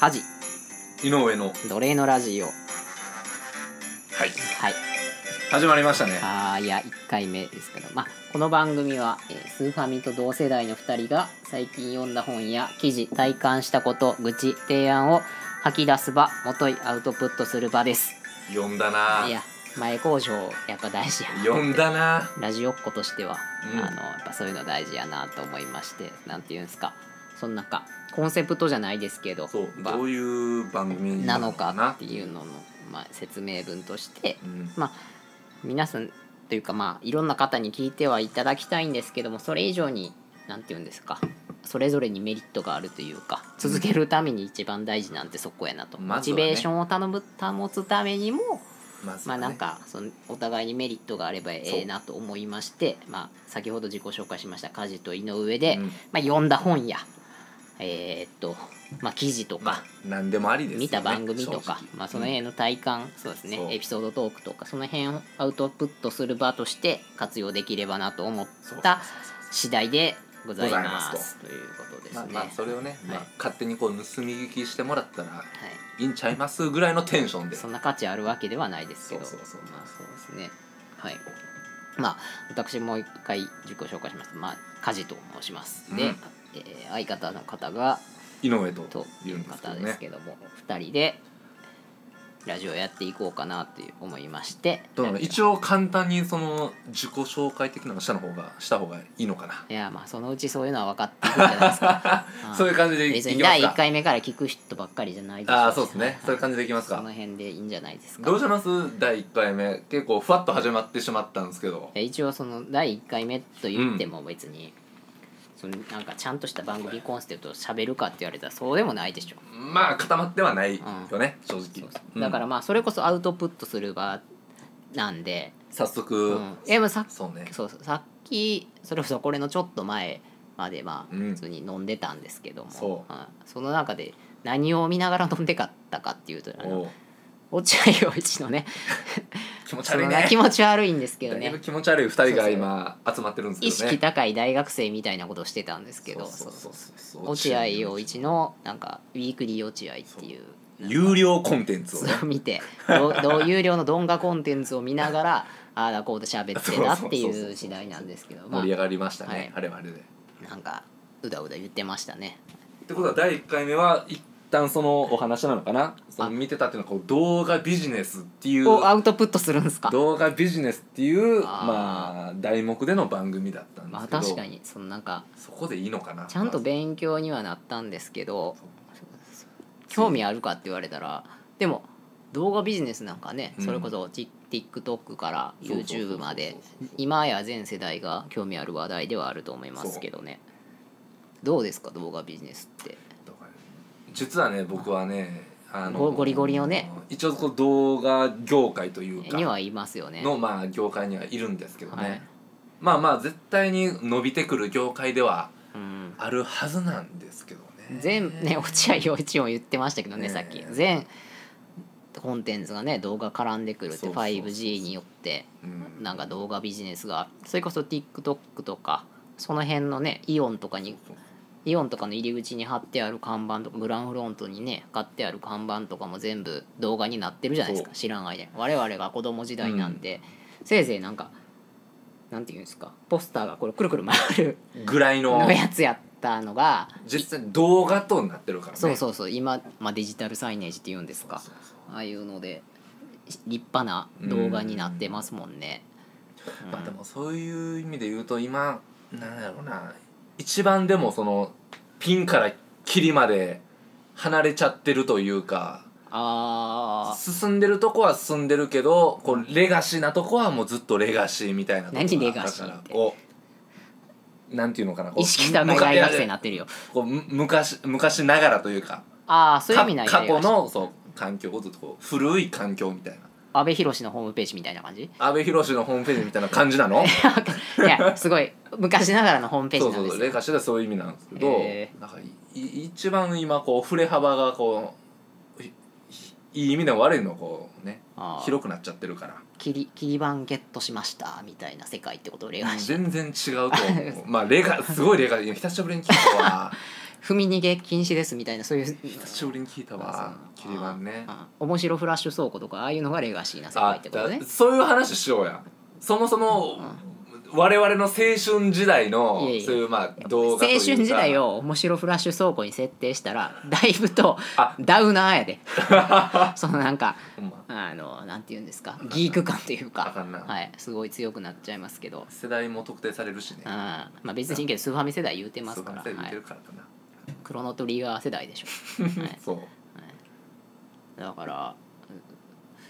家事井上の奴隷のラジオはいはい始まりましたねあーいや1回目ですけど、まあ、この番組は、えースーファミと同世代の2人が最近読んだ本や記事体感したこと愚痴提案を吐き出す場もといアウトプットする場です呼んだないや前交渉やっぱ大事やな呼んだなラジオっ子としては、うんあのやっぱそういうの大事やなと思いましてなんていうんですかその中コンセプトじゃないですけどそうばどういう番組なのかっていうのの、まあ、説明文としてうん皆さんというかまあいろんな方に聞いてはいただきたいんですけどもそれ以上に何て言うんですかそれぞれにメリットがあるというか続けるために一番大事なんてそこやなと、まモずチはねベーションを頼む保つためにもまずまあはねなんかそのお互いにメリットがあればええなと思いまして、まあ、先ほど自己紹介しました家事と井上で、うんまあ、読んだ本やえーっと、まあ、記事とか、何でもありですよね見た番組とか、正直まあ、その辺の体感、そうですそうねエピソードトークとかその辺をアウトプットする場として活用できればなと思っそうそうた次第でございますございますということですまあね。まあそれをね、まあはい、勝手にこう盗み聞きしてもらったらはいいいんちゃいますぐらいのテンションでそんな価値あるわけではないですけどそうそうそうまあそうですねはいまあ私もう一回自己紹介しますまあ梶と申しますで、うんえー相方の方が井上ととい言ううんですけ方でどすねけども二人でラジオやっていこうかなという思いましてどうなの一応簡単にその自己紹介的なのしたの方がした方がいいのかない。やまあそのうちそういうのは分かっていくんじゃないですか そういう感じでい別いにきま第す1か回目から聞く人ばっかりじゃないでしょああそうですね、そういう感じじでいきますそかの辺でいいんじゃないですか。どうします第1回目結構ふわっと始まってしまったんですけどいや一応その第1回目と言っても別に、そのなんかちゃんとした番組コンセプトを喋るかって言われたらそうでもないでしょ。まあ固まってはないよね、正そ直うそうだからうんまあそれこそアウトプットする場なんで、早速、うん、えまあさっそうねそうそうさっきそれこそこれのちょっと前までまあうん普通に飲んでたんですけども、そうんその中で何を見ながら飲んでかったかっていうとあおのう落合陽一のね気持ちそ悪いのね気持ち悪いんですけどだいぶね気持ち悪い2人が今集まってるんですけ意どね識高い大学生みたいなことをしてたんですけどそうそうそうそうそう落合陽一のなんかウィークリー落合っていう有料コンテンツをねそう見てどうど う有料の動画コンテンツを見ながらああだこうだ喋ってなっていう次第なんですけどま盛り上がりましたね、はいあれはあれで。っあなんかうだうだ言ってましたねてことは第1回目は一旦そのお話なのかなその見てたっていうのはこう動画ビジネスっていうをアウトプットするんですか動画ビジネスっていうあーまあ題目での番組だったんでますあけど、確かにそのなんかそこでいいのかなちゃんと勉勉強にはなったんですけど興味あるかって言われたらでも動画ビジネスなんかね、うんそれこそ Tik- TikTok からそうそうそうそう YouTube まで今や全世代が興味ある話題ではあると思いますけどねどうですか動画ビジネスって実はね僕はねあゴゴリゴリのね一応こう動画業界というかにはいますよねのまあ業界にはいるんですけどね、はいまあまあ絶対に伸びてくる業界ではうんあるはずなんですけどね全ね落合陽一も言ってましたけどねねえさっき全コンテンツがね動画絡んでくるっそてうそうそう 5G によってうんなんか動画ビジネスがそれこそ TikTok とかその辺のねイオンとかにイオンとかの入り口に貼ってある看板とかグランフロントにね買ってある看板とかも全部動画になってるじゃないですかそ知らないで我々が子供時代なんで、せいぜいなんかなんていうんですかポスターがこれくるくる回るぐらいののやつやったのが実際動画となってるからねそうそうそう今、まあ、デジタルサイネージって言うんですかそうそあうあいうので立派な動画になってますもんね。うんまあでもそういう意味で言うと今なんだろうな一番でもそのピンからキリまで離れちゃってるというかあー進んでるとこは進んでるけどこうレガシーなとこはもうずっとレガシーみたいなとこ何がレガシーってだからこうなんていうのかなこう意識高い大学生になってるよ。こうむ昔昔ながらというかああそういう意味ないか過去のそう環境をずっとこう古い環境みたいな安倍博のホームページみたいな感じ い阿部寛のホームページみたいな感じなのやすごい昔ながらのホームペーそジうなそんですうそうよレガシーではそういう意味なんですけど、へなんかいい一番今こう触れ幅がこういいい意味でも悪いのこうねあー広くなっちゃってるから切り切り板ゲットしましたみたいな世界ってことをレガシー 全然違うと思うまあレガすごいレガいや久しぶりに聞いたわ踏み逃げ禁止ですみたいなそういう久しぶりに聞いたわ切り板ねあ面白フラッシュ倉庫とかああいうのがレガシーな世界ってことねだそういう話しようやそもそも我々の青春時代のいえいえそういうまあ動青画という春か時代を面白フラッシュ倉庫に設定したらだいぶとあダウナーや でそのなんかほんまあのなんて言うんですかギーク感というあかかんなはいすごい強くなっちゃいますけど世代も特定されるしねうんまあ別にいいけどスーファミ世代言うてますからそうか言はっているからかな、クロノトリガー世代でしょ はいそうだからうん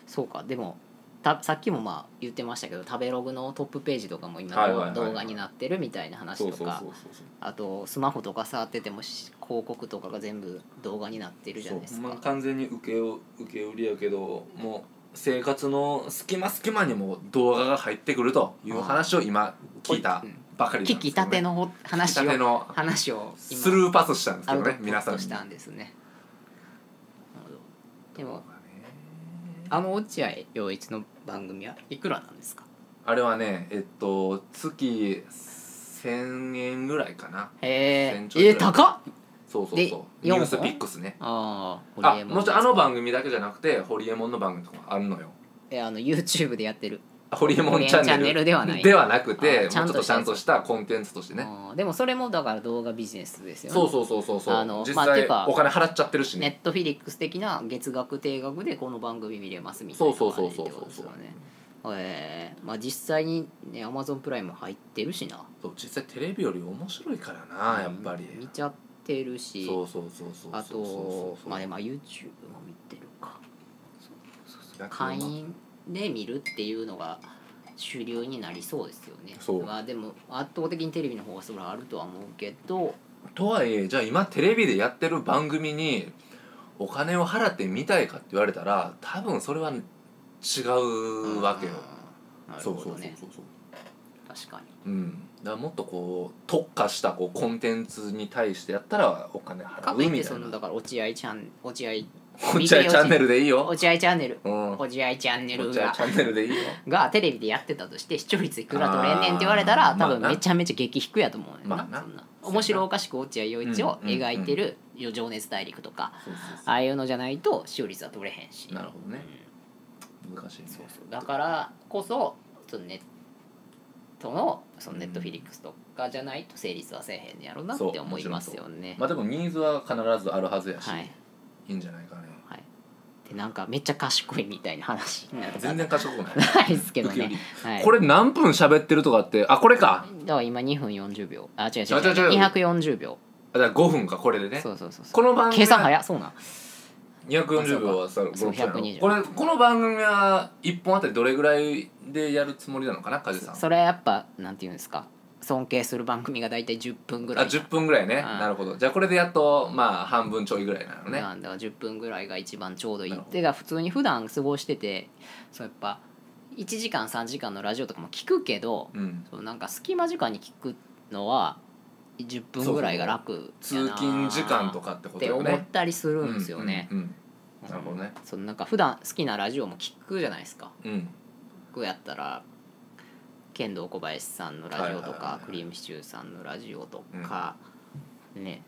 そうかでもたさっきもまあ言ってましたけど食べログのトップページとかも今はいはいはいはい動画になってるみたいな話そうとそうそうかそうあとスマホとか触っててもし広告とかが全部動画になってるじゃないでそすう、まあ、か。完全に受けを受け売りやけどもう生活の隙間隙間にも動画が入ってくるという話を今聞いたばかりなん聞できすけどたねてのほ聞き話たてをの話をスルーパスしたんですアけウどトねプ皆ッさんトにしたんですね。なるほどでもああの落合陽一の番組はいくらなんですかあれはねえっと月1000円ぐらいかなへ全ええ長ー、高っそうそうでそうニ四本ュースピックスねあーホリあエモンもちろんあの番組だけじゃなくてホリエモンの番組とかもあるのよえあの YouTube でやってる、あホリエモンチャンホリエモンチネルャンネルではないではなくてもあうちちょゃんっととちゃんとしたコンテンツとしてねあーでもそれもだから動画ビジネスですよねそうそうそうそうそうあの実まあて際かお金払っちゃってるしネねットフィリックス的な月額定額でこの番組見れますみたいそなうそうそ感うじっそうてそことうですそうよねえーまあ実際にね Amazon プライム入ってるしなそう実際テレビより面白いからなやっぱり見ちゃってるしそうそうそうそうあそうそうとそうまあでも YouTube も見てるか野球も会員で見るっていうのが主流になりそうですよねそうまあでも圧倒的にテレビの方がそれはあるとは思うけどとはいえじゃあ今テレビでやってる番組にお金を払って見たいかって言われたら多分それは違うわけよ、うんなるそうほそうどそうねそうそう確かにうん、だからもっとこう特化したこうコンテンツに対してやったらお金か払というっみてたそいの なだから落合ちゃん落合こっちはチャンネルでいいよ落合チャンネルうんこっ落合チャンネルちはがチャンネルでいいよがテレビでやってたとして視聴率いくら取れんねんって言われたらあー多分まあなめちゃめちゃ激低やと思うねんな,、まあなそんな面白おかしく落合陽一を描いてる「情熱大陸」とかそうそうああいうのじゃないと視聴率は取れへんしそうなるほどねうん難しいねそうそうだからこそそのネットのそのネットフィリックスとかじゃないと成立はせえへんやろなってそう思いますよね。まあでもニーズは必ずあるはずやし、、はいい、いんじゃないかねはい、でなんかめっちゃ賢いみたいな話になる全然賢くな いないですけど時よりね。はい、これ何分喋ってるとかってあこれかだから今2分40秒あ違う違う違う違う違違うう240秒、あだから5分かこれでねそうそうそうそうこの番組は計算早そうな240秒はさそう56分120これこの番組は1本あたりどれぐらいでやるつもりなのかな梶さんそれはやっぱなんていうんですか尊敬する番組が大体10分ぐらあい10分ぐらいねんなるほどじゃあこれでやっとまあ半分ちょいぐらいなのねなんだ10分ぐらいが一番ちょうどいいなるほどてか普通に普段過ごしててそうやっぱ1時間3時間のラジオとかも聞くけど、うんそうなんか隙間時間に聞くのは10分ぐらいが楽や通な勤時間とかってっことてよ思っねたりするうんですよね。うんうんうんなるほどねそのなんか普段好きなラジオも聞くじゃないですかうん僕やったら剣道小林さんのラジオとはいはいはいはかいクリームシチューさんのラジオとか、ね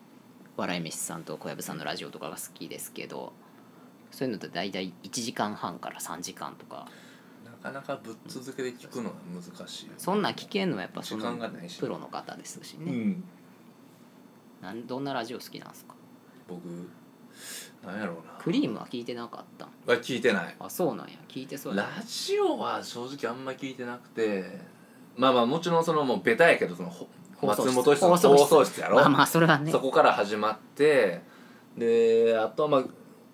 笑い飯さんと小籔さんのラジオとかが好きですけどそういうのって大体1時間半から3時間とかなかなかぶっ続けで聞くのは難しいよそんなん聞けんのはやっぱそ時の間がないしプロの方ですしうね、んなんどんなラジオ好きなんですか僕なんやろうなクリームは聞いてなかったんは聞いてないあそうなんや聞いてそうやラジオは正直あんま聞いてなくてまあまあもちろんそのもうベタやけどそのほ放送松室本人の放送室やろ、まあまあそれはねそこから始まってであとはまあ、ま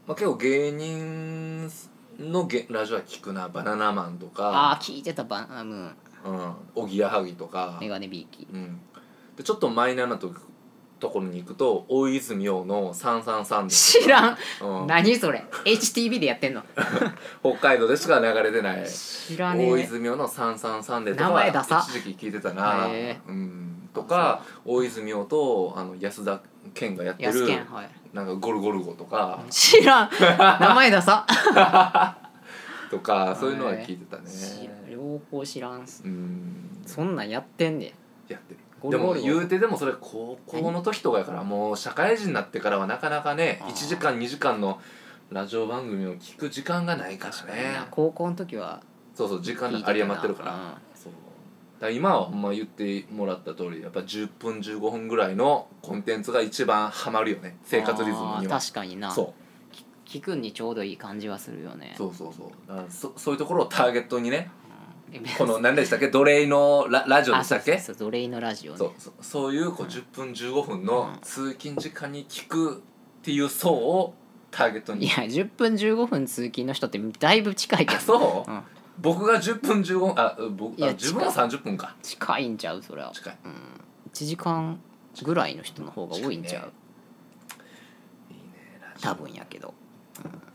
あ、結構芸人のげラジオは聞くなバナナマンとああか聞いてたばあうんうんおぎやはぎとかメ、ガネビーキうん、でちょっとマイナーなとところに行くと大泉洋の「三 三三」知らんうん、何それ HTV でやってんの北海道でしか流れてない知らね大え泉洋の「三三三」でと名か前ダサ一時期聞いてたな、へうん、とか大泉洋とあの安田健がやってやすけんるはい「なんかゴルゴルゴ」とか。知ら ん名前ださとかそういうのは聞いてたね知らん両方知らんっすうんそんなんやってんねやってるゴでルゴもルゴ言うてでもそれ高校の時とかやからもう社会人になってからはなかなかねあー1時間2時間のラジオ番組を聞く時間がないからね高校の時はそうそう時間聞いてがたな有り余ってるからうんそうだから今はほんま言ってもらった通りやっぱ10分15分ぐらいのコンテンツが一番ハマるよね生活リズムにあはー確かになそう聞くんにちょうどいい感じはするよねそうそうそうだからそそういうところをターゲット にねうんこの何でしたっけ奴隷のララジオであしたそうっけそう奴隷のラジオねそうそうそういうこう10分15分のうん通勤時間に聞くっていう層をターゲットいにや10分15分通勤の人ってだいぶ近いけあどそう、うん僕が10分15分あ僕いやあ自分は30分か近いんちゃうそれは近い1時間ぐらいの人の方が多いんちゃう、近いねいいねラジオ多分やけど、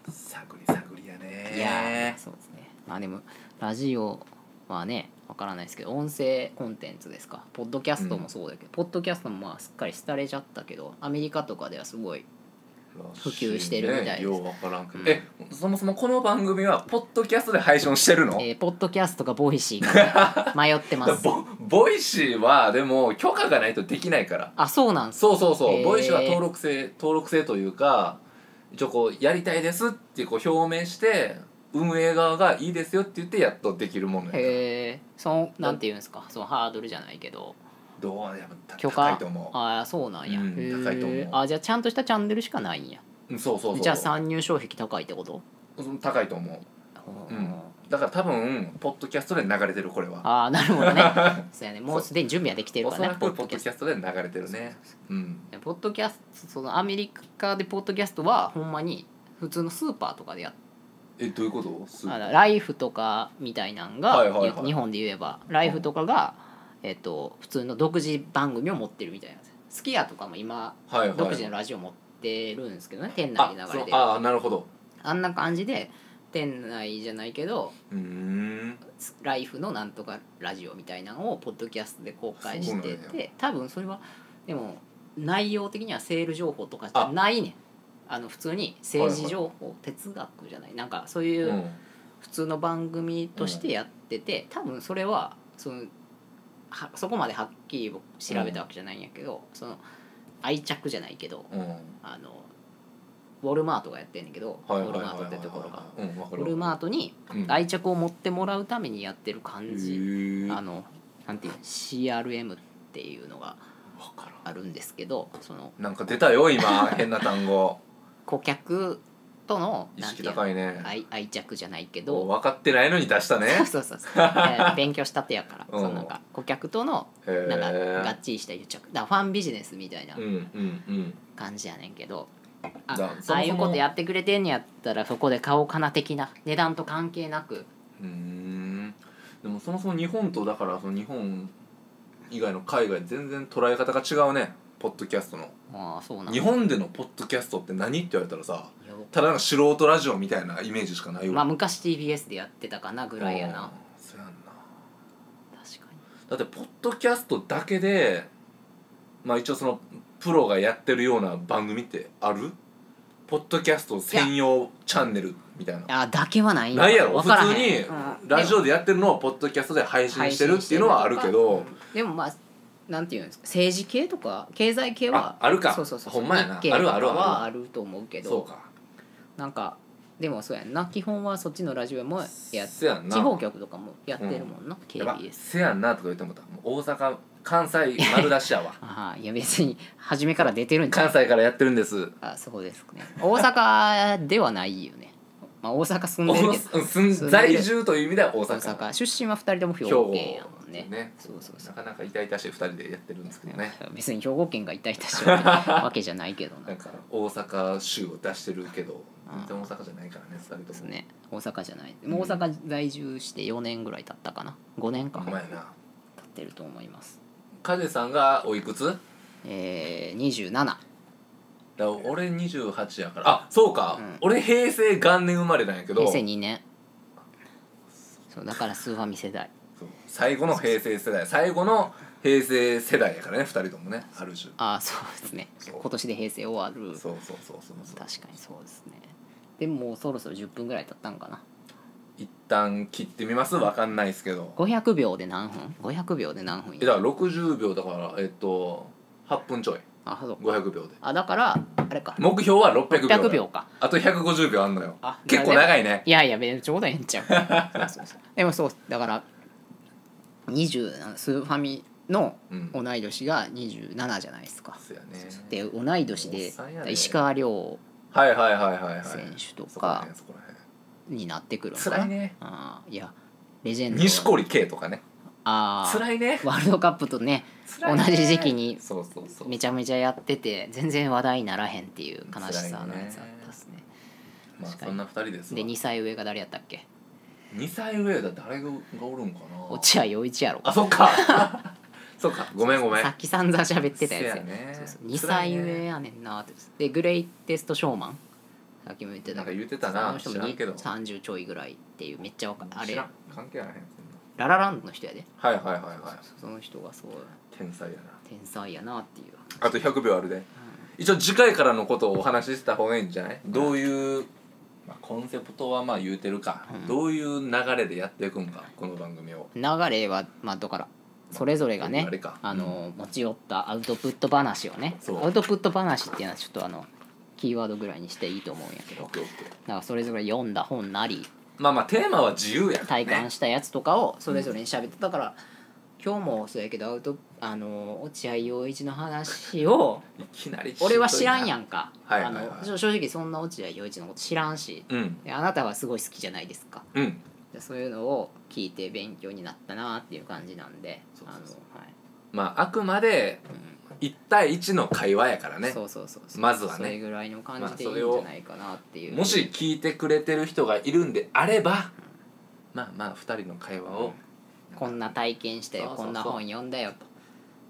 探り探りやねいやーそうですねまあでもラジオはねわからないですけど音声コンテンツですかポッドキャストもそうだけど、ポッドキャストもまあすっかり廃れちゃったけどアメリカとかではすごい普及してるみたいですようわからんけど、うんえそもそもこの番組はポッドキャストで配信してるの、えーポッドキャストかボイシー か迷ってますボボイシーはでも許可がないとできないからあそうなんすそうそうそう、へーボイシーは登録制登録制というか一応こうやりたいですってこう表明して運営側がいいですよって言ってやっとできるものやからへえそのなんていうんですかそのハードルじゃないけどどうやっぱ許可高いと思ああそうなんや、うんへー高いと思うあじゃあちゃんとしたチャンネルしかないんやううんそうそうそうじゃあ参入障壁高いってことうん高いと思う、うん、だから多分ポッドキャストで流れてるこれはああなるほどね そうやねもうすでに準備はできてるおかそららねポくッドポッキドャキスャストで流れてるねうんトポッドキャストそのアメリカでポッドキャストはほんまに普通のスーパーとかでやっえどういうことすあのライフとかみたいなんが、はいはいはい日本で言えばライフとかが、えっと普通の独自番組を持ってるみたいなんですスキヤとかも今はいはい独自のラジオ持ってるんですけどね店内であ流それうてるああーなるほどんな感じで店内じゃないけどうーんライフのなんとかラジオみたいなのをポッドキャストで公開してそうなんて多分それはでも内容的にはセール情報とかじゃないねんあの普通に政治情報、哲学じゃないなんかそういううん普通の番組としてやってて、多分それはそのはそこまではっきり僕調べたわけじゃないんやけど、その愛着じゃないけどうんあのウォルマートがやってんねんけど、はいはいウォはいルはマーいトってところが。はいうんわかウるォルマートにうん愛着を持ってもらうためにやってる感じ、へーあのなんていうの CRM っていうのがわからあるんですけどそのんなんか出たよ今変な単語顧客との意なんて識いう高のいね愛愛着じゃないけもうど、分かってないのに出したね そうそうそうそうえー勉強したてやから、 うんそのなんか顧客とのへーなんかがっちりした癒着だからファンビジネスみたいなうんうんうん感じやねんけど、あだそもそもああいうことやってくれてんやったらそこで買おうかな的な値段と関係なくうーんでもそもそも日本とだからその日本以外の海外全然捉え方が違うねポッドキャストのああそうなんだ日本でのポッドキャストって何って言われたらさいやただなんか素人ラジオみたいなイメージしかないわまあ昔 TBS でやってたかなぐらいやうんなそうやんな確かにだってポッドキャストだけでまあ一応そのプロがやってるような番組ってあるポッドキャスト専用チャンネルみたいなあだけはないんだないやろわ普からへん通にうんラジオでやってるのをポッドキャストで配信してるっていうのはあるけど配信してるとかうんでもまあなんていうんですか政治系とか経済系あはあるかそうそうそうほんまやな日系とかあるあるあはるあると思うけどそうかなんかでもそうやんな基本はそっちのラジオもやっせやんな地方局とかもやってるもんな、やば KBS せやんなとか言ってもうたもう大阪関西丸出しや わああいや別に初めから出てるんじゃ関ない西からやってるんですあそうですね大阪ではないよね、まあ、大阪住んおでるけど住ん在住という意味では大大阪阪出身は2人とも兵兵庫庫県やもんねねそうそうそなかなか痛々しい2人でやってるんですけどう、ね 別に兵庫県が痛いたしわけじゃないけどななんか大阪州を出してるけど全然大阪じゃないからね2人ですともね大阪じゃないもう大阪在住して4年ぐらい経ったかな5年かほん経まっやなてると思います梶さんがおいくつだかえー、27ら俺28やからあそうか、うん俺平成元年生まれなんやけど平成2年そうだからスーファミ世代そう最後の平成世代最後の平成世代やからね2人ともねある種ああそうですねそう今年で平成終わるそうそうそうそうそう確かにそうですねでももうそろそろ10分ぐらい経ったんかな一旦切ってみますわかんないですけど500秒で何分 ?500 秒で何分えやだから60秒だからえっと8分ちょいあそう500秒であだからあれか目標は600秒だ600秒かあと150秒あんのよあ結構長いねいやいや別にちょうどええんちゃうそうそうそうでもそうだから20スーファミのうん同い年が27じゃないですか、そうやねで同い年おっでさんやね石川遼はいはいはいはいはい選手とかそこら辺そこら辺になってくるのかな辛いねあーいやレジェンド錦織圭とかねああ辛いねワールドカップとね辛いね同じ時期にそうそうそうめちゃめちゃやってて全然話題にならへんっていう悲しさのやつあったっすねまあ確かにそんな2人ですわで2歳上が誰やったっけ2歳上だ誰がおるんかな落合陽一やろあそ っかそっかごめんごめんさっき散々喋ってたやつせやねそうそう2歳上やねんなってでグレイテストショーマンさっきも言ってたなんか言ってたなあの人も知らんけど30ちょいぐらいっていうめっちゃわかあれ知らんラ関係あらへんそんラランドの人やでなはいはいはいはその人がそうい天才やな天才やなっていうあと100秒あるで、一応次回からのことをお話しした方がいいんじゃない、どういう、まあ、コンセプトはまあ言うてるか、うんどういう流れでやっていくんかこの番組を流れはまあだからそれぞれがねあれかあの持ち寄ったアウトプット話をねそうアウトプット話っていうのはちょっとあのキーワードぐらいにしていいと思うんやけどオッケーオッケだーからそれぞれ読んだ本なりまあまあテーマは自由やから体ね感したやつとかをそれぞれに喋ってたから、今日もそうやけどアウトあの落合陽一の話を いきなり俺は知らんやんんかはいはいあはいの正正直そんな落合陽一のこと知らんしうんであなたはすごい好きじゃないですかうんでそういうのを聞いて勉強になったなっていう感じなんでそうあそうそうのはいまああくまでう1対1の会話やからねそうそうそうそうまずはねそれぐらいの感じでいいんまあそじれをゃないかなっていう、もし聞いてくれてる人がいるんであればまあまあ2人の会話をこんな体験したよそうそうそうこんな本読んだよと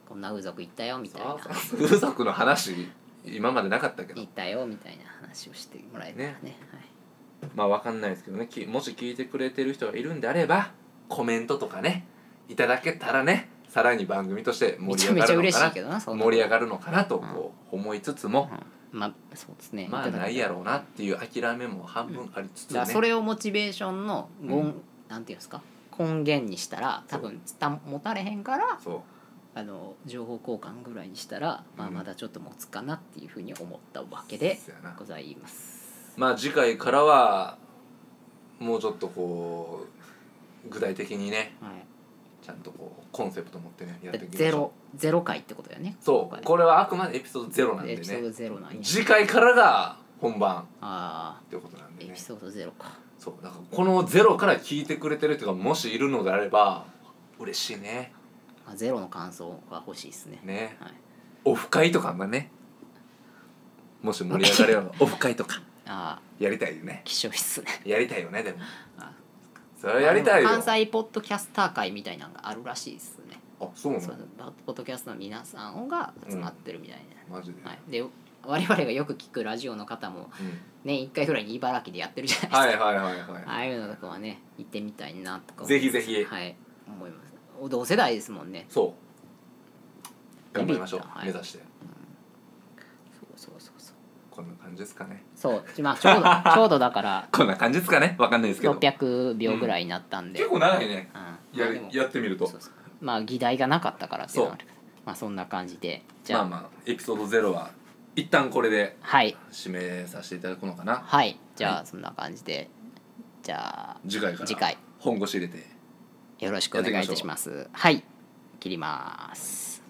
こんな風俗行ったよみたいな風俗の話今までなかったけど行ったよみたいな話をしてもらえたらねはいまあわかんないですけどねきもし聞いてくれてる人がいるんであればコメントとかねいただけたらねさらに番組としてめ盛ちりゃめ上がちゃるの嬉しかいなけどなそんな盛り上がるのかなとこう思いつつも、うんまあそうですねまあいただなけいやろうなっていう諦めも半分ありつつだかねらそれをモチベーションのごん、うなんていうんですか根源にしたら多分つた持たれへんからそうあの情報交換ぐらいにしたら、まあ、うんまだちょっと持つかなっていうふうに思ったわけでそうやなございます。まあ次回からはもうちょっとこう具体的にねはいちゃんとこうコンセプト持ってねやっでていきまゼしょロゼロ回ってことだよねうそうこれはあくまでエピソードゼロなんでエピソードねゼロなんや次回からが本番あっていうことなんーでエねピソードゼロかそうだからこのゼロから聞いてくれてる人がもしいるのであれば嬉しいねあゼロの感想が欲しいですねねはい、オフ会とかがねもし盛り上がるような オフ会とかあやりたいよねー希少いっすねやりたいよねでもあそれはやりたいよ関西ポッドキャスター会みたいなのがあるらしいですねあそうなそののポッドキャストの皆さんが集まってるみたいマジで、な、はい、で我々がよく聞くラジオの方もうん年1回ぐらいに茨城でやってるじゃないですか、はいはいはいはい。ああいうのとかはね行ってみたいなとかぜひぜひはい思いますお同世代ですもんねそう。頑張りましょうリビット。はい目指して。そうそうそうそうこんな感じですかね。そうまあちょうど ちょうどだからこんな感じですかね。わかんないですけど。 600秒ぐらいになったんで、結構長いね。うんやまあでもやってみるとそう。そうまあ議題がなかったからっていうのはあるけどまあそんな感じでじゃまあ、あまあエピソードゼロは一旦これではい締めさせていただくのかな。はいじゃはあそんな感じでじゃあ次回から。次回本腰入れて。よろしくお願いいたしますはい切ります